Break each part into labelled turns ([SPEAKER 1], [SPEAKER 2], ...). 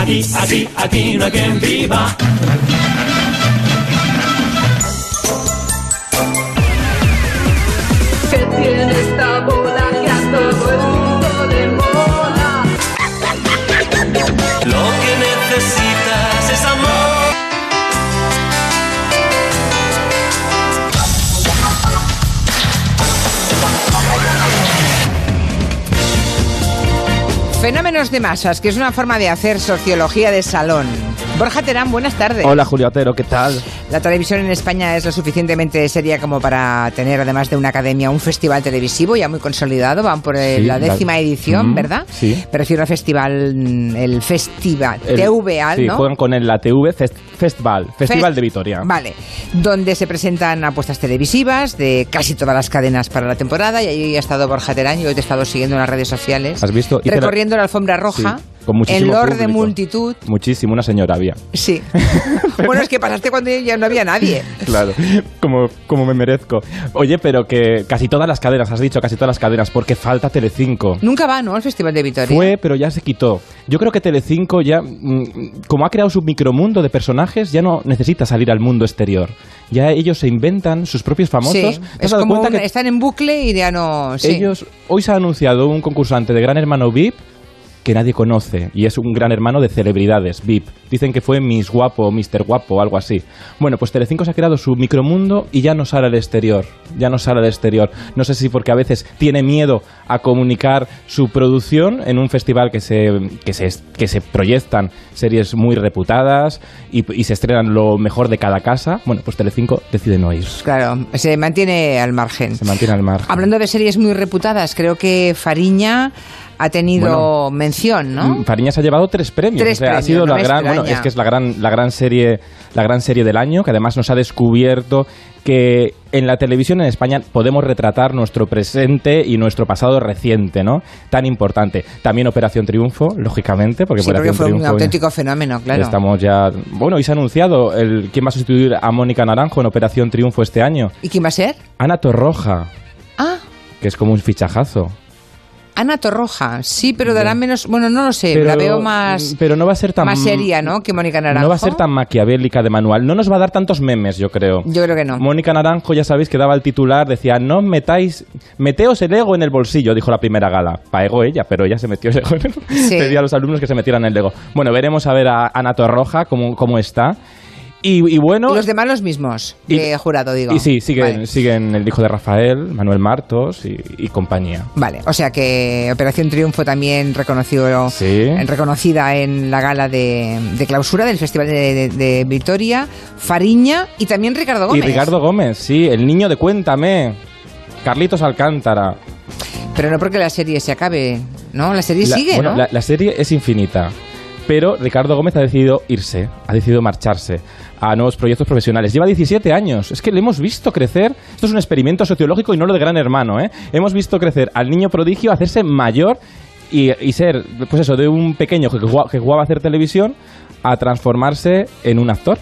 [SPEAKER 1] Aquí, aquí, aquí no hay quien viva.
[SPEAKER 2] que tiene esta bola que a todo el mundo le mola.
[SPEAKER 3] Lo que necesitas es amor.
[SPEAKER 4] Fenómenos de masas, que es una forma de hacer sociología de salón. Borja Terán, buenas tardes.
[SPEAKER 5] Hola Juliotero, ¿qué tal?
[SPEAKER 4] La televisión en España es lo suficientemente seria como para tener, además de una academia, un festival televisivo ya muy consolidado. Van por eh,
[SPEAKER 5] Sí,
[SPEAKER 4] la
[SPEAKER 5] la-
[SPEAKER 4] décima edición,
[SPEAKER 5] Mm,
[SPEAKER 4] ¿verdad?
[SPEAKER 5] sí.
[SPEAKER 4] Me refiero al festival, mm, el festival,
[SPEAKER 5] El-
[SPEAKER 4] TVA,
[SPEAKER 5] sí,
[SPEAKER 4] ¿no?
[SPEAKER 5] juegan con el la TV Fest- Festival, Festival
[SPEAKER 4] Fest-
[SPEAKER 5] de Vitoria.
[SPEAKER 4] Vale, donde se presentan apuestas televisivas de casi todas las cadenas para la temporada y ahí ha estado Borja Terán y hoy te he estado siguiendo en las redes sociales.
[SPEAKER 5] ¿Has visto? Hice la-
[SPEAKER 4] Recorriendo la alfombra roja,
[SPEAKER 5] Sí, con muchísimo
[SPEAKER 4] en lor de
[SPEAKER 5] público.
[SPEAKER 4] multitud.
[SPEAKER 5] Muchísimo, una señora había.
[SPEAKER 4] Sí. bueno, es que pasaste cuando ya no había nadie.
[SPEAKER 5] Claro, como, como me merezco. Oye, pero que casi todas las cadenas, has dicho casi todas las cadenas, porque falta Telecinco.
[SPEAKER 4] Nunca va, ¿no? El Festival de Vitoria.
[SPEAKER 5] Fue, pero ya se quitó. Yo creo que Telecinco ya, mm, como ha creado su micromundo de personajes, ya no necesita salir al mundo exterior. Ya ellos se inventan sus propios famosos.
[SPEAKER 4] Sí,
[SPEAKER 5] ¿Te has
[SPEAKER 4] es
[SPEAKER 5] dado
[SPEAKER 4] como
[SPEAKER 5] cuenta
[SPEAKER 4] un-
[SPEAKER 5] que
[SPEAKER 4] están en bucle y ya no. Sí.
[SPEAKER 5] Ellos, hoy se ha anunciado un concursante de Gran Hermano VIP que nadie conoce y es un gran hermano de celebridades, VIP. Dicen que fue Miss Guapo, Mr. Guapo, algo así. Bueno, pues Telecinco se ha creado su micromundo y ya no sale al exterior, ya no sale al exterior. No sé si porque a veces tiene miedo a comunicar su producción en un festival que se, que se, que se proyectan series muy reputadas y, y se estrenan lo mejor de cada casa. Bueno, pues Telecinco decide no ir,
[SPEAKER 4] Claro, se mantiene al margen.
[SPEAKER 5] se mantiene al mar.
[SPEAKER 4] Hablando de series muy reputadas, creo que Fariña ha tenido mención, ¿no?
[SPEAKER 5] Mm, Fariña se ha llevado tres premios.
[SPEAKER 4] Tres
[SPEAKER 5] o sea,
[SPEAKER 4] premios,
[SPEAKER 5] ha sido
[SPEAKER 4] no
[SPEAKER 5] la
[SPEAKER 4] me
[SPEAKER 5] gran,
[SPEAKER 4] extraña.
[SPEAKER 5] bueno, es que es la gran, la gran serie, la gran serie del año, que además nos ha descubierto que en la televisión en España podemos retratar nuestro presente y nuestro pasado reciente, ¿no? Tan importante. También Operación Triunfo, lógicamente, porque
[SPEAKER 4] Sí, porque
[SPEAKER 5] Operación
[SPEAKER 4] fue un
[SPEAKER 5] Triunfo ¿eh?
[SPEAKER 4] auténtico fenómeno, claro.
[SPEAKER 5] Estamos ya. Bueno, y se ha anunciado el quién va a sustituir a Mónica Naranjo en Operación Triunfo este año.
[SPEAKER 4] ¿Y quién va a ser?
[SPEAKER 5] Ana Torroja,
[SPEAKER 4] Ah,
[SPEAKER 5] que es como un fichajazo.
[SPEAKER 4] Ana Torroja. Sí, pero dará menos. Bueno, no lo sé, Eh, la veo más,
[SPEAKER 5] pero no va a ser tan
[SPEAKER 4] más seria, ¿no? Que Mónica Naranjo.
[SPEAKER 5] No va a ser tan maquiavélica de manual. No nos va a dar tantos memes, yo creo.
[SPEAKER 4] Yo creo que no.
[SPEAKER 5] Mónica Naranjo, ya sabéis que daba el titular, decía, no os metáis, meteos el ego en el bolsillo, dijo la primera gala. Pa' ego ella, pero ella se metió el ego. en el-
[SPEAKER 4] Sí.
[SPEAKER 5] Pedía a los alumnos que se metieran el ego. Bueno, veremos a ver a Ana Torroja cómo, cómo está. Y, y bueno...
[SPEAKER 4] Y los demás los mismos,
[SPEAKER 5] y-
[SPEAKER 4] de jurado, digo.
[SPEAKER 5] Y sí, siguen,
[SPEAKER 4] Vale.
[SPEAKER 5] siguen el hijo de Rafael, Manuel Martos y, y compañía.
[SPEAKER 4] Vale, o sea que Operación Triunfo también reconoció,
[SPEAKER 5] Sí.
[SPEAKER 4] en- reconocida en la gala de, de clausura del Festival de, de- de Vitoria, Fariña y también Ricardo Gómez.
[SPEAKER 5] Y Ricardo Gómez, sí, el niño de Cuéntame. Carlitos Alcántara.
[SPEAKER 4] Pero no porque la serie se acabe, ¿no? La serie
[SPEAKER 5] La-
[SPEAKER 4] sigue,
[SPEAKER 5] bueno,
[SPEAKER 4] ¿no?
[SPEAKER 5] la, la serie es infinita. Pero Ricardo Gómez ha decidido irse, ha decidido marcharse a nuevos proyectos profesionales. Lleva 17 años, es que le hemos visto crecer. Esto es un experimento sociológico y no lo de gran hermano, ¿eh? Hemos visto crecer al niño prodigio, hacerse mayor y, y ser, pues eso, de un pequeño que jugaba, que jugaba a hacer televisión a transformarse en un actor.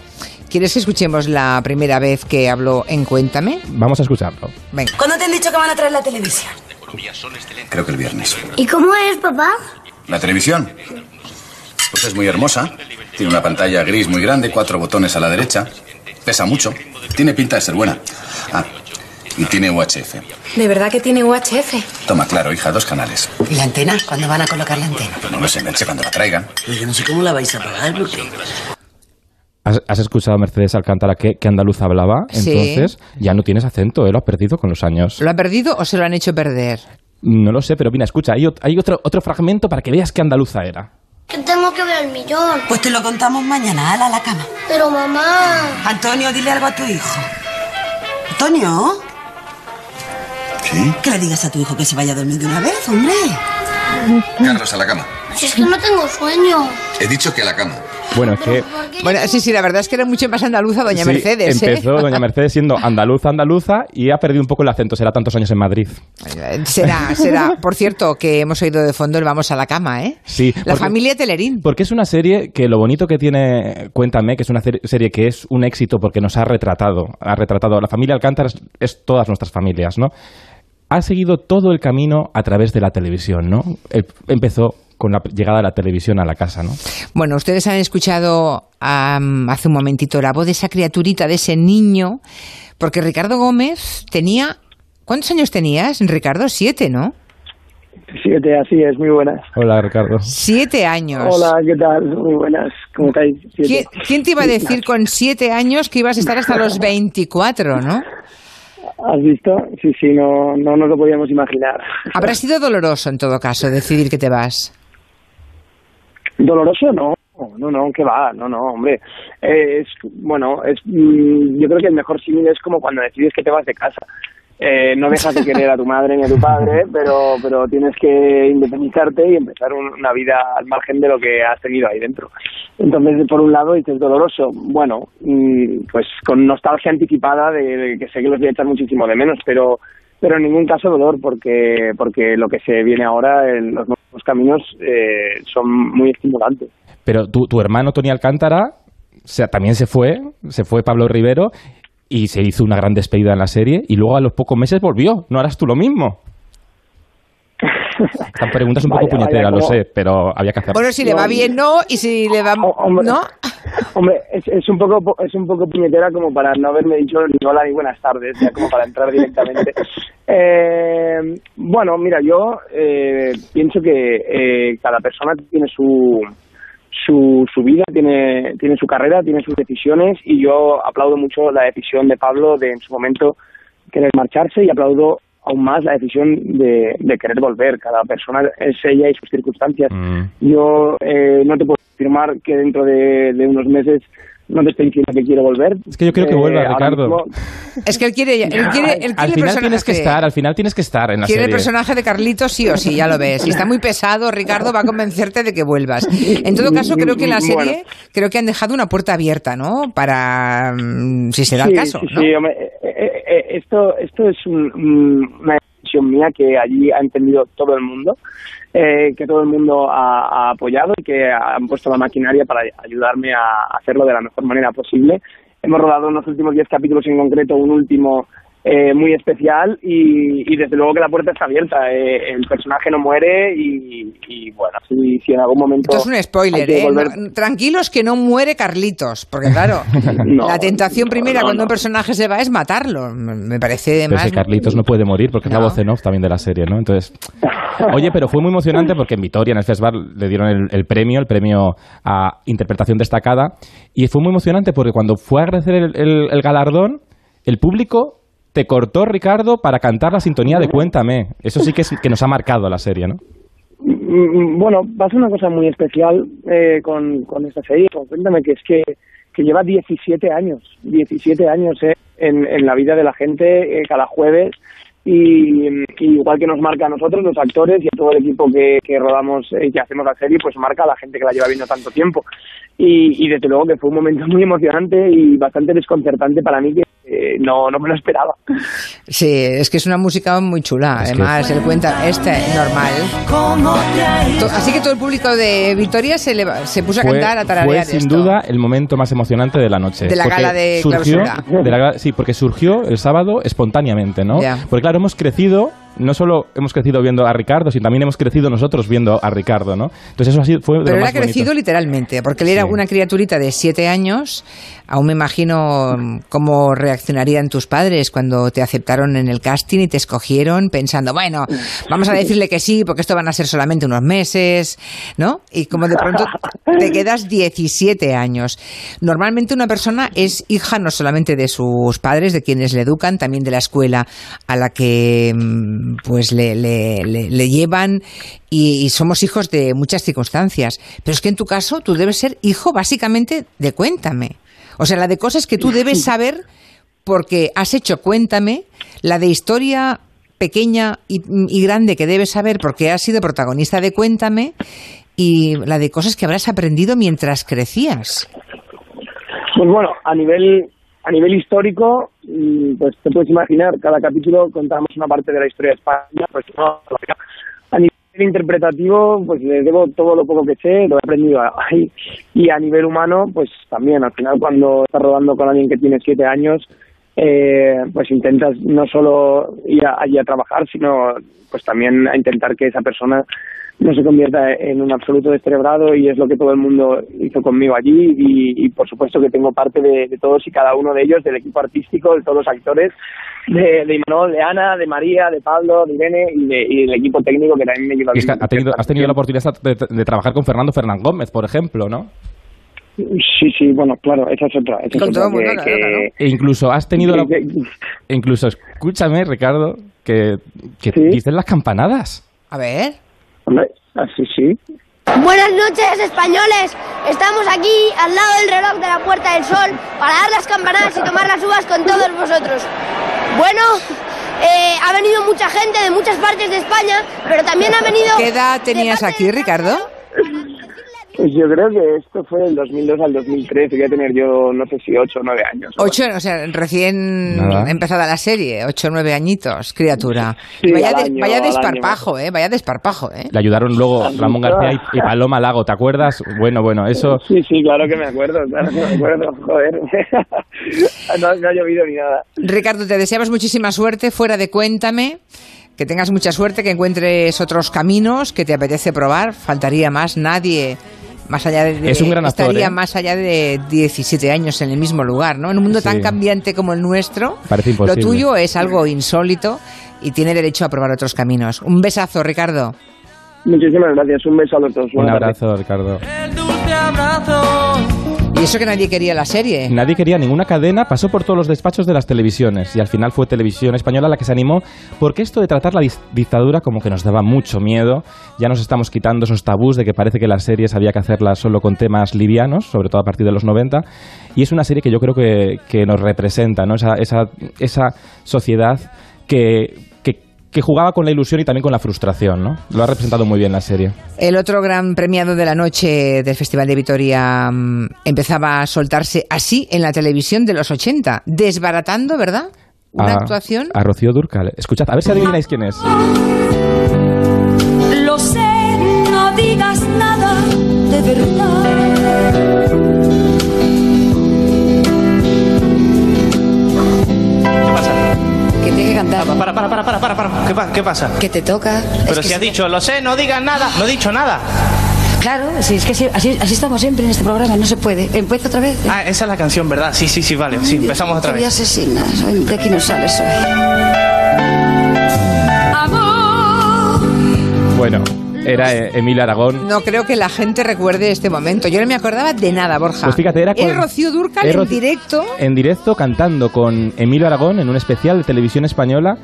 [SPEAKER 4] ¿Quieres que escuchemos la primera vez que habló en Cuéntame?
[SPEAKER 5] Vamos a escucharlo.
[SPEAKER 4] Venga.
[SPEAKER 6] ¿Cuándo te han dicho que van a traer la televisión?
[SPEAKER 7] Creo que el viernes.
[SPEAKER 8] ¿Y cómo es, papá?
[SPEAKER 7] ¿La televisión? Pues es muy hermosa. Tiene una pantalla gris muy grande, cuatro botones a la derecha. Pesa mucho. Tiene pinta de ser buena. Ah, y tiene UHF.
[SPEAKER 6] De verdad que tiene UHF.
[SPEAKER 7] Toma, claro, hija, dos canales.
[SPEAKER 6] ¿Y la antena? ¿Cuándo van a colocar la antena?
[SPEAKER 7] Pero no los enganche cuando la traigan.
[SPEAKER 9] Yo no sé cómo la vais a pagar porque...
[SPEAKER 5] ¿Has, has escuchado a Mercedes Alcántara que, que andaluz hablaba?
[SPEAKER 4] Sí.
[SPEAKER 5] Entonces ya no tienes acento, ¿eh? lo has perdido con los años.
[SPEAKER 4] ¿Lo ha perdido o se lo han hecho perder?
[SPEAKER 5] No lo sé, pero mira, escucha, hay, ot- hay otro, otro fragmento para que veas qué andaluza era.
[SPEAKER 8] Que tengo que ver el millón.
[SPEAKER 9] Pues te lo contamos mañana, ala a la cama.
[SPEAKER 8] Pero mamá,
[SPEAKER 9] Antonio, dile algo a tu hijo. Antonio,
[SPEAKER 7] ¿Sí?
[SPEAKER 9] que le digas a tu hijo que se vaya a dormir de una vez, hombre.
[SPEAKER 7] Carlos, a la cama.
[SPEAKER 8] si es que no tengo sueño.
[SPEAKER 7] He dicho que a la cama.
[SPEAKER 5] Bueno, es que...
[SPEAKER 8] ¿Por qué?
[SPEAKER 4] Bueno, sí, sí, la verdad es que era mucho más andaluza Doña
[SPEAKER 5] sí,
[SPEAKER 4] Mercedes, ¿eh?
[SPEAKER 5] empezó Doña Mercedes siendo andaluza, andaluza y ha perdido un poco el acento, será tantos años en Madrid.
[SPEAKER 4] Eh, Será, será. Por cierto, que hemos oído de fondo el Vamos a la cama, ¿eh?
[SPEAKER 5] Sí,
[SPEAKER 4] La
[SPEAKER 5] porque-
[SPEAKER 4] familia Telerín.
[SPEAKER 5] Porque es una serie que lo bonito que tiene, cuéntame, que es una cer- serie que es un éxito porque nos ha retratado, ha retratado, la familia Alcántara es, es todas nuestras familias, ¿no? Ha seguido todo el camino a través de la televisión, ¿no? El- Em-, empezó con la llegada de la televisión a la casa, ¿no?
[SPEAKER 4] Bueno, ustedes han escuchado am, hace un momentito la voz de esa criaturita, de ese niño, porque Ricardo Gómez tenía... ¿Cuántos años tenías, Ricardo? Siete, ¿no?
[SPEAKER 10] Siete, así es, muy buenas.
[SPEAKER 5] Hola, Ricardo.
[SPEAKER 4] Siete años.
[SPEAKER 10] Hola, ¿qué tal? Muy buenas, ¿cómo estáis?
[SPEAKER 4] ¿Qui-
[SPEAKER 10] Siete.
[SPEAKER 4] ¿Quién te iba a decir con siete años que ibas a estar hasta los 24, no?
[SPEAKER 10] ¿Has visto? Sí, sí, no, no nos lo podíamos imaginar.
[SPEAKER 4] Habrá sido doloroso, en todo caso, decidir que te vas.
[SPEAKER 10] Doloroso no, no, no, que va, no, no, hombre. Eh, es, bueno, es, mm, yo creo que el mejor símil es como cuando decides que te vas de casa. Eh, no dejas de querer a tu madre ni a tu padre, pero, pero tienes que independizarte y empezar un- una vida al margen de lo que has tenido ahí dentro. Entonces, por un lado, dices doloroso. Bueno, mm, pues con nostalgia anticipada de, de que sé que los voy a echar muchísimo de menos, pero, pero en ningún caso dolor, porque, porque lo que se viene ahora, en los nuevos caminos, eh, son muy estimulantes.
[SPEAKER 5] Pero tu, tu hermano Tony Alcántara se- también se fue, se fue Pablo Rivero y se hizo una gran despedida en la serie y luego a los pocos meses volvió. ¿No harás tú lo mismo? Están preguntas un poco
[SPEAKER 10] Vaya, vaya,
[SPEAKER 5] puñeteras, lo
[SPEAKER 10] cómo-
[SPEAKER 5] sé, pero había que hacer.
[SPEAKER 4] Bueno, si le va bien, no, y si le va...
[SPEAKER 10] Oh, hombre,
[SPEAKER 4] ¿No?
[SPEAKER 10] hombre es, es un poco po- es un poco puñetera como para no haberme dicho ni hola ni buenas tardes, ya como para entrar directamente. Eh, bueno, mira, yo eh, pienso que eh, cada persona tiene su, su, su vida, tiene, tiene su carrera, tiene sus decisiones y yo aplaudo mucho la decisión de Pablo de en su momento querer marcharse y aplaudo aún más la decisión de, de querer volver. Cada persona es ella y sus circunstancias.
[SPEAKER 5] Mm.
[SPEAKER 10] Yo eh, no te puedo afirmar que dentro de, de unos meses no te estoy diciendo que quiero volver. Eh,
[SPEAKER 5] Es que yo quiero que vuelva,
[SPEAKER 10] ahora
[SPEAKER 5] Ricardo.
[SPEAKER 4] Es que él quiere... Él quiere, él quiere
[SPEAKER 5] Al final
[SPEAKER 4] personaje
[SPEAKER 5] tienes que
[SPEAKER 4] de-
[SPEAKER 5] estar, al final tienes que estar en la
[SPEAKER 4] Quiere el
[SPEAKER 5] serie.
[SPEAKER 4] personaje de Carlitos sí o sí, ya lo ves. Y está muy pesado, Ricardo va a convencerte de que vuelvas. En todo caso, creo que en la serie
[SPEAKER 10] Bueno.
[SPEAKER 4] creo que han dejado una puerta abierta, ¿no? Para mm, si se da
[SPEAKER 10] sí,
[SPEAKER 4] el caso,
[SPEAKER 10] sí,
[SPEAKER 4] ¿no?
[SPEAKER 10] sí, hombre, eh, eh, eh, esto, esto es un- un- una decisión mía que allí ha entendido todo el mundo, eh, que todo el mundo ha, ha apoyado y que han puesto la maquinaria para ayudarme a hacerlo de la mejor manera posible. Hemos rodado en los últimos 10 capítulos en concreto un último eh, muy especial y, y desde luego que la puerta está abierta. eh, el personaje no muere y, y, bueno, si, si en algún momento...
[SPEAKER 4] Esto es un
[SPEAKER 10] hay
[SPEAKER 4] spoiler,
[SPEAKER 10] que
[SPEAKER 4] ¿eh?
[SPEAKER 10] volver-
[SPEAKER 4] No, tranquilos que no muere Carlitos, porque claro,
[SPEAKER 10] No,
[SPEAKER 4] la tentación
[SPEAKER 10] no,
[SPEAKER 4] primera
[SPEAKER 10] no,
[SPEAKER 4] cuando
[SPEAKER 10] no.
[SPEAKER 4] un personaje se va es matarlo. Me parece
[SPEAKER 5] Pero es
[SPEAKER 4] más.
[SPEAKER 5] que Carlitos no puede morir porque es
[SPEAKER 4] No.
[SPEAKER 5] la voz en off también de la serie, ¿no? Entonces, oye, pero fue muy emocionante porque en Vitoria, en el festival, le dieron el, el premio, el premio a interpretación destacada, y fue muy emocionante porque cuando fue a agradecer el, el- el galardón, el público te cortó, Ricardo, para cantar la sintonía de Cuéntame. Eso sí que, es- que nos ha marcado la serie, ¿no?
[SPEAKER 10] Mm, Bueno, pasa una cosa muy especial eh, con, con esta serie, con Cuéntame, que es que, que lleva 17 años, 17 años eh, en, en la vida de la gente eh, cada jueves, y, mm, y igual que nos marca a nosotros, los actores, y a todo el equipo que, que rodamos eh, y que hacemos la serie, pues marca a la gente que la lleva viendo tanto tiempo. Y, y desde luego que fue un momento muy emocionante y bastante desconcertante para mí, que eh, no, no me lo esperaba.
[SPEAKER 4] Sí, es que es una música muy chula.
[SPEAKER 5] Es que-
[SPEAKER 4] Además, él cuenta, esta es normal. To- Así que todo el público de Vitoria se, leva- se puso a
[SPEAKER 5] fue,
[SPEAKER 4] cantar, a tararear
[SPEAKER 5] fue, sin
[SPEAKER 4] esto.
[SPEAKER 5] duda el momento más emocionante de la noche.
[SPEAKER 4] De la
[SPEAKER 5] Porque
[SPEAKER 4] gala de
[SPEAKER 5] surgió,
[SPEAKER 4] clausura.
[SPEAKER 5] de la gala- sí, porque surgió el sábado espontáneamente, ¿no?
[SPEAKER 4] Ya.
[SPEAKER 5] Porque claro, hemos crecido, no solo hemos crecido viendo a Ricardo, sino también hemos crecido nosotros viendo a Ricardo, ¿no? Entonces eso ha sido, fue de
[SPEAKER 4] Pero
[SPEAKER 5] lo
[SPEAKER 4] él
[SPEAKER 5] más
[SPEAKER 4] ha crecido
[SPEAKER 5] bonito.
[SPEAKER 4] literalmente, porque él era
[SPEAKER 5] Sí.
[SPEAKER 4] una criaturita de siete años. Aún me imagino mm, cómo reaccionarían tus padres cuando te aceptaron en el casting y te escogieron pensando, bueno, vamos a decirle que sí, porque esto van a ser solamente unos meses, ¿no? Y como de pronto te quedas 17 años. Normalmente una persona es hija no solamente de sus padres, de quienes le educan, también de la escuela a la que mm, pues le, le- le- le llevan y, y somos hijos de muchas circunstancias. Pero es que en tu caso tú debes ser hijo básicamente de Cuéntame. O sea, la de cosas que tú debes saber porque has hecho Cuéntame, la de historia pequeña y, y grande que debes saber porque has sido protagonista de Cuéntame y la de cosas que habrás aprendido mientras crecías.
[SPEAKER 10] Pues bueno, a nivel a nivel histórico, mm, pues te puedes imaginar, cada capítulo contamos una parte de la historia de España, pues no, a nivel interpretativo, pues le debo todo lo poco que sé, lo he aprendido ahí. Y a nivel humano, pues también, al final cuando estás rodando con alguien que tiene siete años, eh, pues intentas no solo ir a- allí a trabajar, sino pues también a intentar que esa persona no se convierta en un absoluto descerebrado y es lo que todo el mundo hizo conmigo allí y, y por supuesto que tengo parte de, de todos y cada uno de ellos, del equipo artístico, de todos los actores, de, de Imanol, de Ana, de María, de Pablo, de Irene y, de- y del equipo técnico que también me ayuda.
[SPEAKER 5] Y es que ha tenido- has tenido la oportunidad de, de trabajar con Fernando Fernán Gómez, por ejemplo, ¿no?
[SPEAKER 10] Sí, sí, bueno, claro, esa es otra. Esa es
[SPEAKER 4] Con
[SPEAKER 10] otra
[SPEAKER 4] todo el mundo, claro,
[SPEAKER 10] que- que-
[SPEAKER 4] claro.
[SPEAKER 5] E incluso has tenido la...
[SPEAKER 10] que- que-
[SPEAKER 5] e incluso, escúchame, Ricardo, que, que
[SPEAKER 10] Sí.
[SPEAKER 5] dicen las campanadas.
[SPEAKER 4] A ver.
[SPEAKER 10] hombre, así sí.
[SPEAKER 8] Buenas noches, españoles. Estamos aquí al lado del reloj de la Puerta del Sol para dar las campanadas y tomar las uvas con todos vosotros. Bueno, eh, ha venido mucha gente de muchas partes de España, pero también ha venido...
[SPEAKER 4] ¿Qué edad tenías
[SPEAKER 8] de parte
[SPEAKER 4] aquí,
[SPEAKER 8] de-
[SPEAKER 4] Ricardo?
[SPEAKER 10] Pues yo creo que esto fue del 2002 al 2013, voy a tener yo, no sé si 8 o 9 años.
[SPEAKER 4] Ocho, o sea, recién
[SPEAKER 5] Nada.
[SPEAKER 4] empezada la serie, ocho o nueve añitos, criatura.
[SPEAKER 10] Sí,
[SPEAKER 4] vaya,
[SPEAKER 10] al
[SPEAKER 4] de-
[SPEAKER 10] año,
[SPEAKER 4] vaya
[SPEAKER 10] al año.
[SPEAKER 4] desparpajo, ¿eh? Vaya desparpajo, ¿eh?
[SPEAKER 5] Le ayudaron luego Ramón García y, y Paloma Lago, ¿te acuerdas? Bueno, bueno, eso...
[SPEAKER 10] Sí, sí, claro que me acuerdo, claro que me acuerdo, joder. no, no ha llovido ni nada.
[SPEAKER 4] Ricardo, te deseamos muchísima suerte fuera de Cuéntame. Que tengas mucha suerte, que encuentres otros caminos que te apetece probar. Faltaría más, nadie más allá de,
[SPEAKER 5] Es un gran actor,
[SPEAKER 4] estaría
[SPEAKER 5] ¿eh?
[SPEAKER 4] más allá de 17 años en el mismo lugar, ¿no? En un mundo tan
[SPEAKER 5] Sí.
[SPEAKER 4] cambiante como el nuestro,
[SPEAKER 5] Parece
[SPEAKER 4] lo
[SPEAKER 5] imposible.
[SPEAKER 4] tuyo es algo insólito y tiene derecho a probar otros caminos. Un besazo, Ricardo.
[SPEAKER 10] Muchísimas gracias, un beso a los dos.
[SPEAKER 5] Un
[SPEAKER 10] buena tarde.
[SPEAKER 5] abrazo, Ricardo.
[SPEAKER 3] El dulce abrazo.
[SPEAKER 4] Y eso que nadie quería la serie.
[SPEAKER 5] Eh, Nadie quería ninguna cadena, pasó por todos los despachos de las televisiones y al final fue Televisión Española la que se animó porque esto de tratar la dis- dictadura como que nos daba mucho miedo. Ya nos estamos quitando esos tabús de que parece que las series había que hacerlas solo con temas livianos, sobre todo a partir de los 90. Y es una serie que yo creo que, que nos representa, ¿no? Esa, esa, esa sociedad que, que, que jugaba con la ilusión y también con la frustración, ¿no? Lo ha representado muy bien la serie.
[SPEAKER 4] El otro gran premiado de la noche del Festival de Vitoria mm, empezaba a soltarse así en la televisión de los 80, desbaratando, ¿verdad? Una
[SPEAKER 5] A-
[SPEAKER 4] actuación.
[SPEAKER 5] A Rocío Durcal. Escuchad, a ver si adivináis quién es.
[SPEAKER 2] Lo sé, no digas nada de verdad.
[SPEAKER 3] ¿Qué pasa?
[SPEAKER 6] Que tienes que cantar.
[SPEAKER 3] Para, para, para, para, para, para. ¿Qué, pa- qué pasa?
[SPEAKER 6] Que te toca.
[SPEAKER 3] Pero
[SPEAKER 6] Es que
[SPEAKER 3] si has
[SPEAKER 6] sí.
[SPEAKER 3] dicho, lo sé, no digas nada. No he dicho nada.
[SPEAKER 6] Claro, sí, es que sí, así, así estamos siempre en este programa, no se puede. Empieza otra vez.
[SPEAKER 3] Ah, esa es la canción, ¿verdad? Sí, sí, sí, vale. Sí, empezamos otra
[SPEAKER 6] Soy
[SPEAKER 3] vez.
[SPEAKER 6] asesina, soy- de aquí no sales hoy.
[SPEAKER 5] Bueno, era eh, Emilio Aragón.
[SPEAKER 4] No creo que la gente recuerde este momento. Yo no me acordaba de nada, Borja.
[SPEAKER 5] Pues fíjate, era eh, con-
[SPEAKER 4] Rocío Durcal
[SPEAKER 5] es
[SPEAKER 4] en
[SPEAKER 5] Roci-
[SPEAKER 4] directo.
[SPEAKER 5] En directo cantando con Emilio Aragón en un especial de televisión española.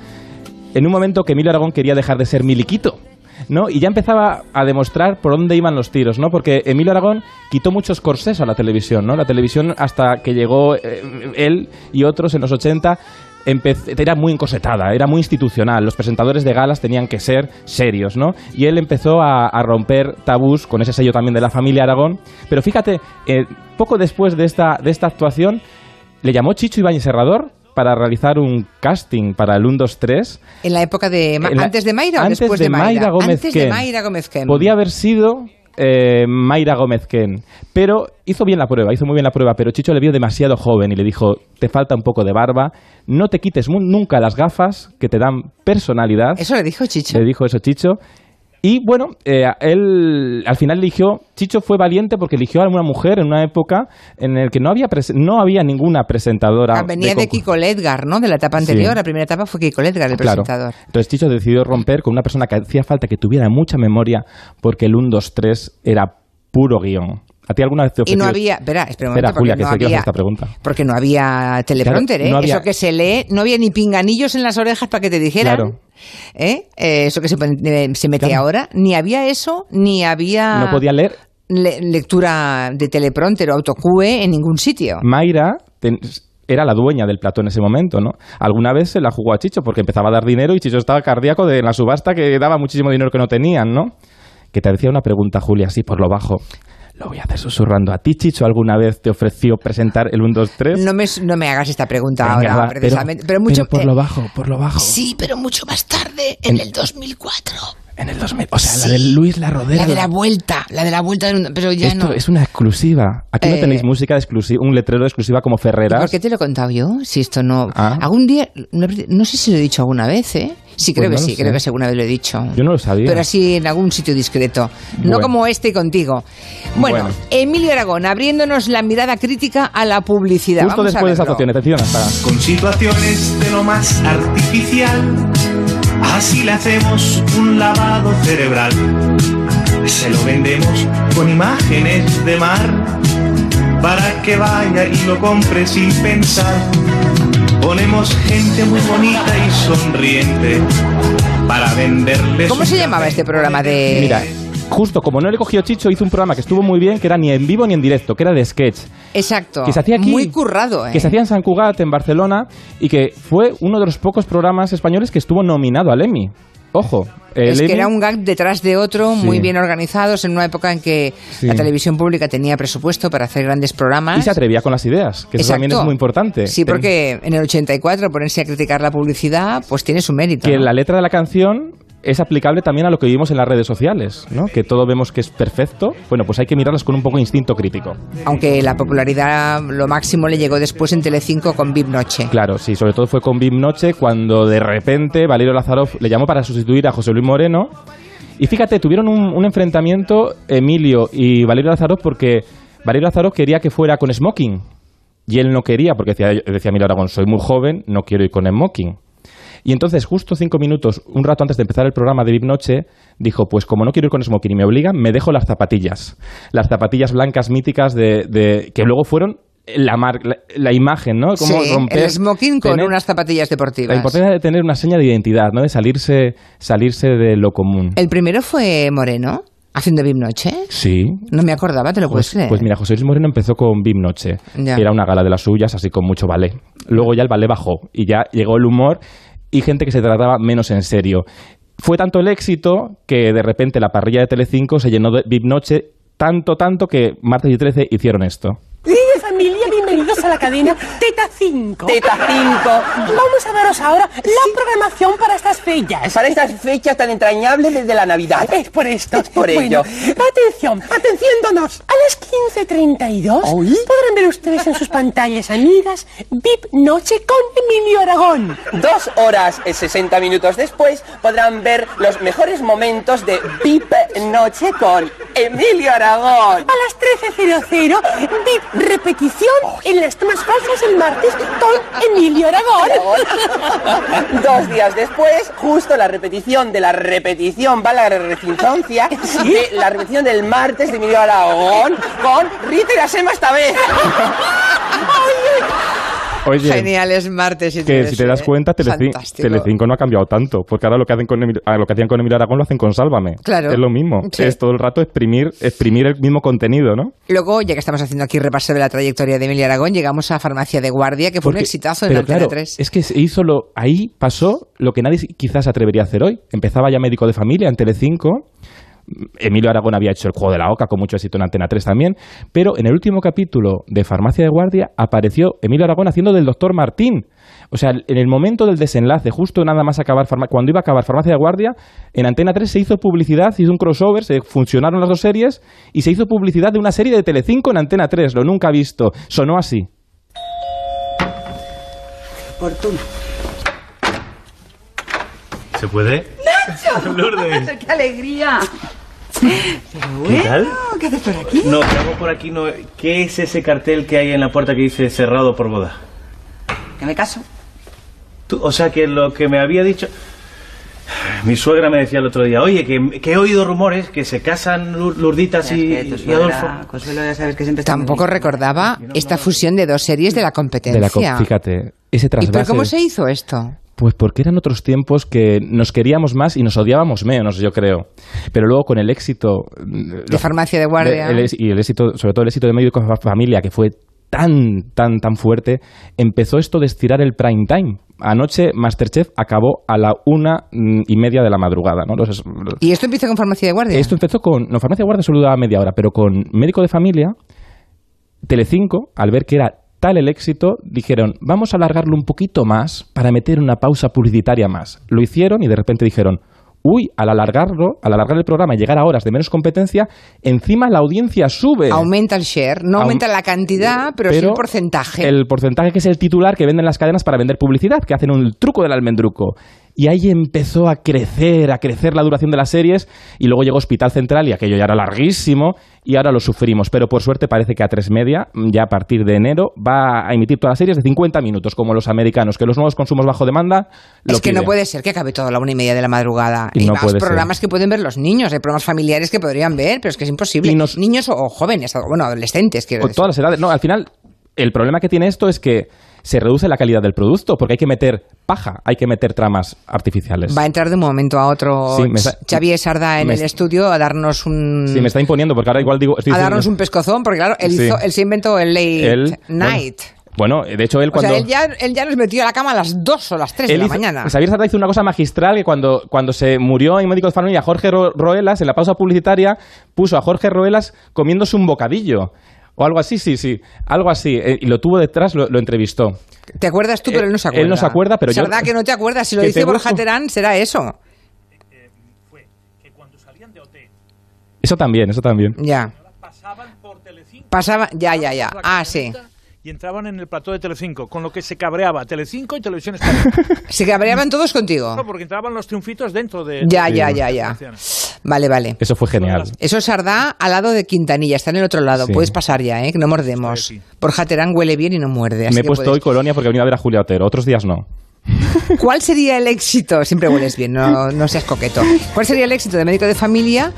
[SPEAKER 5] En un momento que Emilio Aragón quería dejar de ser miliquito. ¿No? Y ya empezaba a demostrar por dónde iban los tiros, ¿no? Porque Emilio Aragón quitó muchos corsés a la televisión, ¿no? La televisión hasta que llegó eh, él y otros en los 80 empe- era muy encosetada, era muy institucional. Los presentadores de galas tenían que ser serios, ¿no? Y él empezó a, a romper tabús con ese sello también de la familia Aragón. Pero fíjate, eh, poco después de esta, de esta actuación, le llamó Chicho Ibáñez Serrador para realizar un casting para el 1, 2, 3.
[SPEAKER 4] En la época de. Ma-
[SPEAKER 5] En Eh, la-
[SPEAKER 4] ¿Antes de Mayra o
[SPEAKER 5] antes
[SPEAKER 4] después
[SPEAKER 5] de
[SPEAKER 4] de Mayra?
[SPEAKER 5] Mayra Gómez
[SPEAKER 4] antes de
[SPEAKER 5] Ken.
[SPEAKER 4] Mayra Gómez Ken.
[SPEAKER 5] Podía haber sido eh, Mayra Gómez Ken, pero hizo bien la prueba, hizo muy bien la prueba, pero Chicho le vio demasiado joven y le dijo, te falta un poco de barba, no te quites mu- nunca las gafas que te dan personalidad.
[SPEAKER 4] Eso le dijo Chicho.
[SPEAKER 5] Le dijo eso Chicho. Y bueno, eh, él al final eligió, Chicho fue valiente porque eligió a una mujer en una época en la que no había, prese- no había ninguna presentadora.
[SPEAKER 4] Ah, Venía de,
[SPEAKER 5] concurso.
[SPEAKER 4] Kiko Ledgar, ¿no? De la etapa anterior.
[SPEAKER 5] Sí.
[SPEAKER 4] La primera etapa fue Kiko Ledgar, el
[SPEAKER 5] Claro.
[SPEAKER 4] presentador.
[SPEAKER 5] Entonces Chicho decidió romper con una persona que hacía falta que tuviera mucha memoria porque el 1, 2, 3 era puro guión. ¿A ti alguna vez te
[SPEAKER 4] Y no
[SPEAKER 5] ofreció-
[SPEAKER 4] había, espera, espera un
[SPEAKER 5] Espera,
[SPEAKER 4] momento, porque
[SPEAKER 5] Julia, que
[SPEAKER 4] no
[SPEAKER 5] sé que
[SPEAKER 4] había,
[SPEAKER 5] hacer esta pregunta.
[SPEAKER 4] porque no había teleprompter,
[SPEAKER 5] Claro,
[SPEAKER 4] ¿eh?
[SPEAKER 5] no había-
[SPEAKER 4] eso que se lee, no había ni pinganillos en las orejas para que te dijeran,
[SPEAKER 5] Claro.
[SPEAKER 4] ¿eh? Eh, eso que se, pon- eh, se mete
[SPEAKER 5] Claro.
[SPEAKER 4] ahora, ni había eso, ni había
[SPEAKER 5] No podía leer.
[SPEAKER 4] le- lectura de teleprompter o autocue en ningún sitio.
[SPEAKER 5] Mm, Mayra ten- era la dueña del plató en ese momento, ¿no? Alguna vez se la jugó a Chicho porque empezaba a dar dinero y Chicho estaba cardíaco de la subasta que daba muchísimo dinero que no tenían, ¿no? Que te decía una pregunta, Julia, así por lo bajo. Lo voy a hacer susurrando. ¿A ti, Chicho, alguna vez te ofreció presentar el 1, 2, 3?
[SPEAKER 4] No me, no me hagas esta pregunta
[SPEAKER 5] Venga,
[SPEAKER 4] ahora,
[SPEAKER 5] va,
[SPEAKER 4] precisamente, pero,
[SPEAKER 5] pero
[SPEAKER 4] mucho
[SPEAKER 5] por
[SPEAKER 4] eh,
[SPEAKER 5] lo bajo, por lo bajo.
[SPEAKER 6] Sí, pero mucho más tarde, en el 2004.
[SPEAKER 5] En el 2000. O sea, la de Luis La Rodera.
[SPEAKER 4] la de la vuelta, la de la vuelta, del mundo, pero ya
[SPEAKER 5] Esto
[SPEAKER 4] no.
[SPEAKER 5] es una exclusiva. Aquí no
[SPEAKER 4] Eh,
[SPEAKER 5] tenéis música de exclusiva, un letrero de exclusiva como Ferreras.
[SPEAKER 4] ¿Por qué te lo he contado yo? Si esto no.
[SPEAKER 5] Ah.
[SPEAKER 4] Algún día. No, no sé si lo he dicho alguna vez, ¿eh? Sí, creo que
[SPEAKER 5] Pues no
[SPEAKER 4] sí,
[SPEAKER 5] lo sé.
[SPEAKER 4] creo que alguna vez lo he dicho.
[SPEAKER 5] Yo no lo sabía.
[SPEAKER 4] Pero así en algún sitio discreto. No
[SPEAKER 5] Bueno.
[SPEAKER 4] como este contigo. Bueno,
[SPEAKER 5] Bueno.
[SPEAKER 4] Emilio Aragón, abriéndonos la mirada crítica a la publicidad.
[SPEAKER 5] Justo
[SPEAKER 4] Vamos a
[SPEAKER 5] después de esa
[SPEAKER 4] verlo.
[SPEAKER 5] actuación, atención, hasta.
[SPEAKER 11] Con situaciones de lo más artificial, así le hacemos un lavado cerebral. Se lo vendemos con imágenes de mar, para que vaya y lo compre sin pensar. Ponemos gente muy bonita y sonriente para venderle
[SPEAKER 4] ¿Cómo se llamaba este programa de...?
[SPEAKER 5] pues Mira, justo como no le cogió Chicho, hizo un programa que estuvo muy bien, que era ni en vivo ni en directo, que era de sketch.
[SPEAKER 4] Exacto.
[SPEAKER 5] Que se hacía aquí,
[SPEAKER 4] Oh, Muy currado, ¿eh?
[SPEAKER 5] Que se hacía en San Cugat, en Barcelona, y que fue uno de los pocos programas españoles que estuvo nominado al Emmy. Ojo, el
[SPEAKER 4] es que
[SPEAKER 5] Emmy-
[SPEAKER 4] era un gag detrás de otro,
[SPEAKER 5] Sí.
[SPEAKER 4] muy bien organizados, en una época en que
[SPEAKER 5] Sí.
[SPEAKER 4] la televisión pública tenía presupuesto para hacer grandes programas.
[SPEAKER 5] Y se atrevía con las ideas, que eso también es
[SPEAKER 4] Exacto.
[SPEAKER 5] muy importante.
[SPEAKER 4] Sí, porque en el 84 ponerse a criticar la publicidad, pues tiene su mérito.
[SPEAKER 5] Que
[SPEAKER 4] ¿no?
[SPEAKER 5] la letra de la canción es aplicable también a lo que vivimos en las redes sociales, ¿no? Que todo vemos que es perfecto. Bueno, pues hay que mirarlas con un poco de instinto crítico.
[SPEAKER 4] Aunque la popularidad lo máximo le llegó después en Telecinco con VIP Noche.
[SPEAKER 5] Claro, sí, sobre todo fue con Bim Noche cuando de repente Valerio Lazarov le llamó para sustituir a José Luis Moreno. Y fíjate, tuvieron un, un enfrentamiento Emilio y Valerio Lazarov porque Valerio Lazarov quería que fuera con smoking. Y él no quería porque decía, decía Emilio Aragón, soy muy joven, no quiero ir con smoking. Y entonces, justo cinco minutos, un rato antes de empezar el programa de VIP Noche, dijo, pues como no quiero ir con smoking y me obligan, me dejo las zapatillas. Las zapatillas blancas míticas de, de- que luego fueron la, mar- la, la imagen, ¿no? Como
[SPEAKER 4] Sí,
[SPEAKER 5] romper,
[SPEAKER 4] el smoking con
[SPEAKER 5] tener-
[SPEAKER 4] unas zapatillas
[SPEAKER 5] La
[SPEAKER 4] deportivas.
[SPEAKER 5] importancia de tener una seña de identidad, ¿no? De salirse, salirse de lo común.
[SPEAKER 4] El primero fue Moreno, haciendo VIP Noche.
[SPEAKER 5] Sí.
[SPEAKER 4] No me acordaba, te lo puedes
[SPEAKER 5] Pues,
[SPEAKER 4] creer.
[SPEAKER 5] pues mira, José Luis Moreno empezó con BIM Noche,
[SPEAKER 4] Ya.
[SPEAKER 5] que era una gala de las suyas, así con mucho ballet. Luego ya el ballet bajó y ya llegó el humor y gente que se trataba menos en serio. Fue tanto el éxito que de repente la parrilla de Telecinco se llenó de BIM Noche, tanto, tanto que martes y 13 hicieron esto.
[SPEAKER 12] Niña familia, bienvenidos a la cadena Teta 5. Teta 5. Vamos a daros ahora la programación para estas fechas. Para estas fechas tan entrañables desde la Navidad. Es por esto. Es
[SPEAKER 13] por ello.
[SPEAKER 12] Atención, atencióndonos. A las 15.32 podrán ver ustedes en sus pantallas amigas VIP Noche con Emilio Aragón.
[SPEAKER 13] Dos horas y 60 minutos después podrán ver los mejores momentos de VIP Noche con Emilio Aragón.
[SPEAKER 12] A las 13.00, VIP repetición en las tomas falsas el martes con Emilio Aragón.
[SPEAKER 13] Dos días después, justo la repetición de la repetición, va la recintoncia, de la repetición del martes de Emilio Aragón con Rita y la Sema esta vez.
[SPEAKER 5] Oye,
[SPEAKER 4] Geniales martes y
[SPEAKER 5] que
[SPEAKER 4] todo
[SPEAKER 5] si
[SPEAKER 4] eso,
[SPEAKER 5] te das
[SPEAKER 4] ¿eh?
[SPEAKER 5] cuenta, Teleci-
[SPEAKER 4] Fantástico.
[SPEAKER 5] Telecinco no ha cambiado tanto, porque ahora lo que, hacen con Emilio- ah, lo que hacían con Emilio Aragón lo hacen con Sálvame.
[SPEAKER 4] Claro.
[SPEAKER 5] Es lo mismo,
[SPEAKER 4] Sí.
[SPEAKER 5] es todo el rato exprimir, exprimir el mismo contenido, ¿no?
[SPEAKER 4] Luego, ya que estamos haciendo aquí repaso de la trayectoria de Emilio Aragón, llegamos a Farmacia de Guardia, que fue un
[SPEAKER 5] Porque-
[SPEAKER 4] exitazo en
[SPEAKER 5] pero
[SPEAKER 4] Antena
[SPEAKER 5] claro,
[SPEAKER 4] 3.
[SPEAKER 5] Es que se hizo lo, ahí pasó lo que nadie quizás se atrevería a hacer hoy. Empezaba ya médico de familia en Telecinco. Emilio Aragón había hecho el juego de la Oca con mucho éxito en Antena 3 también, pero en el último capítulo de Farmacia de Guardia apareció Emilio Aragón haciendo del doctor Martín. O sea, en el momento del desenlace, justo nada más acabar Farma- cuando iba a acabar Farmacia de Guardia, en Antena 3 se hizo publicidad, se hizo un crossover, se funcionaron las dos series y se hizo publicidad de una serie de Telecinco en Antena 3, lo nunca visto. Sonó así.
[SPEAKER 9] Fortuna.
[SPEAKER 11] ¿Se puede?
[SPEAKER 14] ¡Nacho!
[SPEAKER 11] Lourdes.
[SPEAKER 14] ¡Qué alegría!
[SPEAKER 11] ¿Qué tal?
[SPEAKER 14] ¿Qué haces por aquí?
[SPEAKER 11] No, que hago por aquí no. ¿Qué es ese cartel que hay en la puerta que dice cerrado por boda?
[SPEAKER 14] Que me caso.
[SPEAKER 11] Tú- o sea, que lo que me había dicho... Mi suegra me decía el otro día, oye, que, que he oído rumores que se casan Lur- Lurditas y, y Adolfo.
[SPEAKER 14] Consuelo, ya sabes que siempre está muy
[SPEAKER 4] Tampoco recordaba esta fusión de dos series de la competencia.
[SPEAKER 5] De la co- fíjate, ese
[SPEAKER 4] ¿Y
[SPEAKER 5] trasvase.
[SPEAKER 4] pero cómo se hizo esto?
[SPEAKER 5] Pues porque eran otros tiempos que nos queríamos más y nos odiábamos menos, yo creo. Pero luego con el éxito... mm,
[SPEAKER 4] De farmacia de guardia.
[SPEAKER 5] el es- y el éxito, sobre todo el éxito de Médico de Familia, que fue tan, tan, tan fuerte, empezó esto de estirar el prime time. Anoche Masterchef acabó a la una mm, y media de la madrugada, ¿no? Los- los-
[SPEAKER 4] ¿Y esto empieza con Farmacia de Guardia?
[SPEAKER 5] esto empezó con. No, Farmacia Guardia solo daba media hora, pero con Médico de Familia, Telecinco, al ver que era tal el éxito, dijeron, vamos a alargarlo un poquito más para meter una pausa publicitaria más. Lo hicieron y de repente dijeron, uy, al alargarlo, al alargar el programa y llegar a horas de menos competencia, encima la audiencia sube.
[SPEAKER 4] Aumenta el share, no
[SPEAKER 5] Aum- eh,
[SPEAKER 4] aumenta la cantidad, pero, sí
[SPEAKER 5] pero
[SPEAKER 4] el porcentaje.
[SPEAKER 5] El porcentaje que es el titular que venden las cadenas para vender publicidad, que hacen un truco del almendruco. Y ahí empezó a crecer, a crecer la duración de las series y luego llegó Hospital Central y aquello ya era larguísimo y ahora lo sufrimos. Pero por suerte parece que a tres media, ya a partir de enero, va a emitir todas las series de 50 minutos, como los americanos, que los nuevos consumos bajo demanda... Lo
[SPEAKER 4] es que no
[SPEAKER 5] piden.
[SPEAKER 4] puede ser que acabe todo a la una y media de la madrugada.
[SPEAKER 5] Y
[SPEAKER 4] Y,
[SPEAKER 5] no
[SPEAKER 4] más
[SPEAKER 5] puede ser.
[SPEAKER 4] programas que pueden ver los niños, hay programas familiares que podrían ver, pero es que es imposible. Niños o, o jóvenes, o, bueno, adolescentes, quiero
[SPEAKER 5] Con
[SPEAKER 4] decir.
[SPEAKER 5] todas las edades. No, al final, el problema que tiene esto es que se reduce la calidad del producto, porque hay que meter paja, hay que meter tramas artificiales.
[SPEAKER 4] Va a entrar de un momento a otro
[SPEAKER 5] Sí, me está-
[SPEAKER 4] Xavier Sarda en
[SPEAKER 5] me
[SPEAKER 4] el
[SPEAKER 5] está-
[SPEAKER 4] estudio a darnos un...
[SPEAKER 5] Sí, me está imponiendo, porque ahora igual digo... estoy
[SPEAKER 4] a
[SPEAKER 5] diciendo-
[SPEAKER 4] darnos un pescozón, porque claro, él,
[SPEAKER 5] Sí.
[SPEAKER 4] hizo- él se inventó el late
[SPEAKER 5] Él-
[SPEAKER 4] night.
[SPEAKER 5] Bueno, de hecho él
[SPEAKER 4] o
[SPEAKER 5] cuando...
[SPEAKER 4] sea, él ya, él ya nos metió a la cama a las dos o las tres de
[SPEAKER 5] Él
[SPEAKER 4] la
[SPEAKER 5] hizo-
[SPEAKER 4] mañana.
[SPEAKER 5] Xavier Sarda hizo una cosa magistral que cuando, cuando se murió en Médicos de Familia Jorge Ro- Roelas, en la pausa publicitaria, puso a Jorge Roelas comiéndose un bocadillo. O algo así, sí, sí. Algo así. Eh, Y lo tuvo detrás, lo, lo entrevistó.
[SPEAKER 4] ¿Te acuerdas tú? Pero él no se
[SPEAKER 5] él
[SPEAKER 4] acuerda.
[SPEAKER 5] no se acuerda, pero yo-
[SPEAKER 4] Sarda que no te acuerdas. Si lo
[SPEAKER 5] Que te
[SPEAKER 4] dice Borja
[SPEAKER 5] busco.
[SPEAKER 4] Terán, será eso.
[SPEAKER 5] Eso también, eso también.
[SPEAKER 4] Ya. Pasaba, ya, ya, ya. Ah, sí.
[SPEAKER 15] Y entraban en el plató de Telecinco, con lo que se cabreaba Telecinco y Televisión Española.
[SPEAKER 4] Se cabreaban todos contigo.
[SPEAKER 15] No, porque entraban los triunfitos dentro de...
[SPEAKER 4] Ya,
[SPEAKER 15] de-
[SPEAKER 4] ya,
[SPEAKER 15] de-
[SPEAKER 4] ya,
[SPEAKER 15] de-
[SPEAKER 4] ya. Vale, vale.
[SPEAKER 5] Eso fue genial.
[SPEAKER 4] Eso es Sardá al lado de Quintanilla, está en el otro lado.
[SPEAKER 5] Sí.
[SPEAKER 4] Puedes pasar ya, ¿eh? Que no mordemos. Borja Terán huele bien y no muerde. así
[SPEAKER 5] Me he
[SPEAKER 4] que
[SPEAKER 5] puesto hoy
[SPEAKER 4] puedes-
[SPEAKER 5] Colonia porque he venido a ver a Julia Otero. Otros días no.
[SPEAKER 4] ¿Cuál sería el éxito? Siempre hueles bien, no, no seas coqueto. ¿Cuál sería el éxito de Médico de Familia?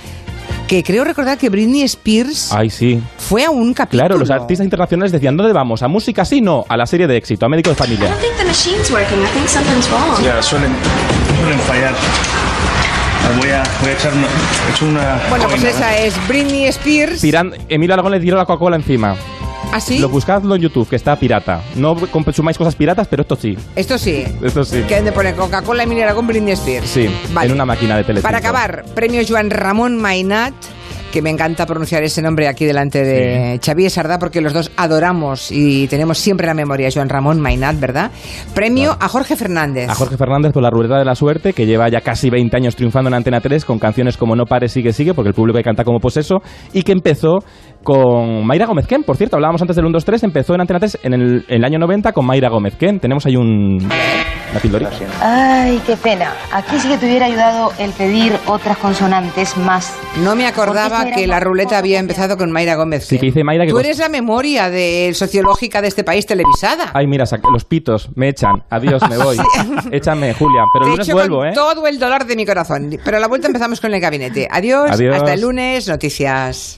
[SPEAKER 4] Que creo recordar que Britney Spears
[SPEAKER 5] Ay, sí.
[SPEAKER 4] fue a un capítulo.
[SPEAKER 5] Ah. Claro, los artistas internacionales decían, ¿dónde vamos? ¿A música sí? No, a la serie de éxito, a médico de familia.
[SPEAKER 16] I think the machine's working. I think something's wrong.
[SPEAKER 11] suelen, suelen fallar. Voy a, voy a echar una... he hecho una
[SPEAKER 4] Bueno, pues
[SPEAKER 11] boina, ¿eh?
[SPEAKER 4] esa es Britney Spears.
[SPEAKER 5] Tiran- Emilio Aragón le tiró la Coca-Cola encima.
[SPEAKER 4] ¿Ah, sí?
[SPEAKER 5] Lo buscadlo en YouTube, que está pirata. No consumáis cosas piratas, pero esto sí.
[SPEAKER 4] Esto sí.
[SPEAKER 5] Esto sí.
[SPEAKER 4] Que han de poner Coca-Cola, Emilia Aragón, Britney Spears.
[SPEAKER 5] Sí, en una máquina de tele.
[SPEAKER 4] Para acabar, premio Joan Ramón Mainat, que me encanta pronunciar ese nombre aquí delante de Xavier Sardá, porque los dos adoramos y tenemos siempre en la memoria a Joan Ramón Mainat, ¿verdad? Premio a Jorge Fernández.
[SPEAKER 5] A Jorge Fernández por la ruleta de la suerte, que lleva ya casi 20 años triunfando en Antena 3 con canciones como No pare, sigue, sigue, porque el público ahí canta como poseso, y que empezó con Mayra Gómez Ken. Por cierto, hablábamos antes del 1-2-3, empezó en Antena 3 en el, en el año 90 con Mayra Gómez Ken. Tenemos ahí un. La pildorita.
[SPEAKER 17] Ay, qué pena. Aquí sí que te hubiera ayudado el pedir otras consonantes más.
[SPEAKER 4] No me
[SPEAKER 17] Porque
[SPEAKER 4] acordaba
[SPEAKER 17] eso era
[SPEAKER 4] que la ruleta había empezado con Mayra Gómez.
[SPEAKER 5] Sí, que dice Mayra que.
[SPEAKER 4] Tú
[SPEAKER 5] con-
[SPEAKER 4] eres la memoria de, sociológica de este país televisada.
[SPEAKER 5] Ay, mira, sac- los pitos, me echan. Adiós, me voy.
[SPEAKER 4] Sí.
[SPEAKER 5] Échame, Julia. Pero
[SPEAKER 4] Te
[SPEAKER 5] el lunes
[SPEAKER 4] echo
[SPEAKER 5] vuelvo,
[SPEAKER 4] con
[SPEAKER 5] ¿eh?
[SPEAKER 4] Todo el dolor de mi corazón. Pero a la vuelta empezamos con el gabinete. Adiós.
[SPEAKER 5] Adiós.
[SPEAKER 4] Hasta el lunes. Noticias.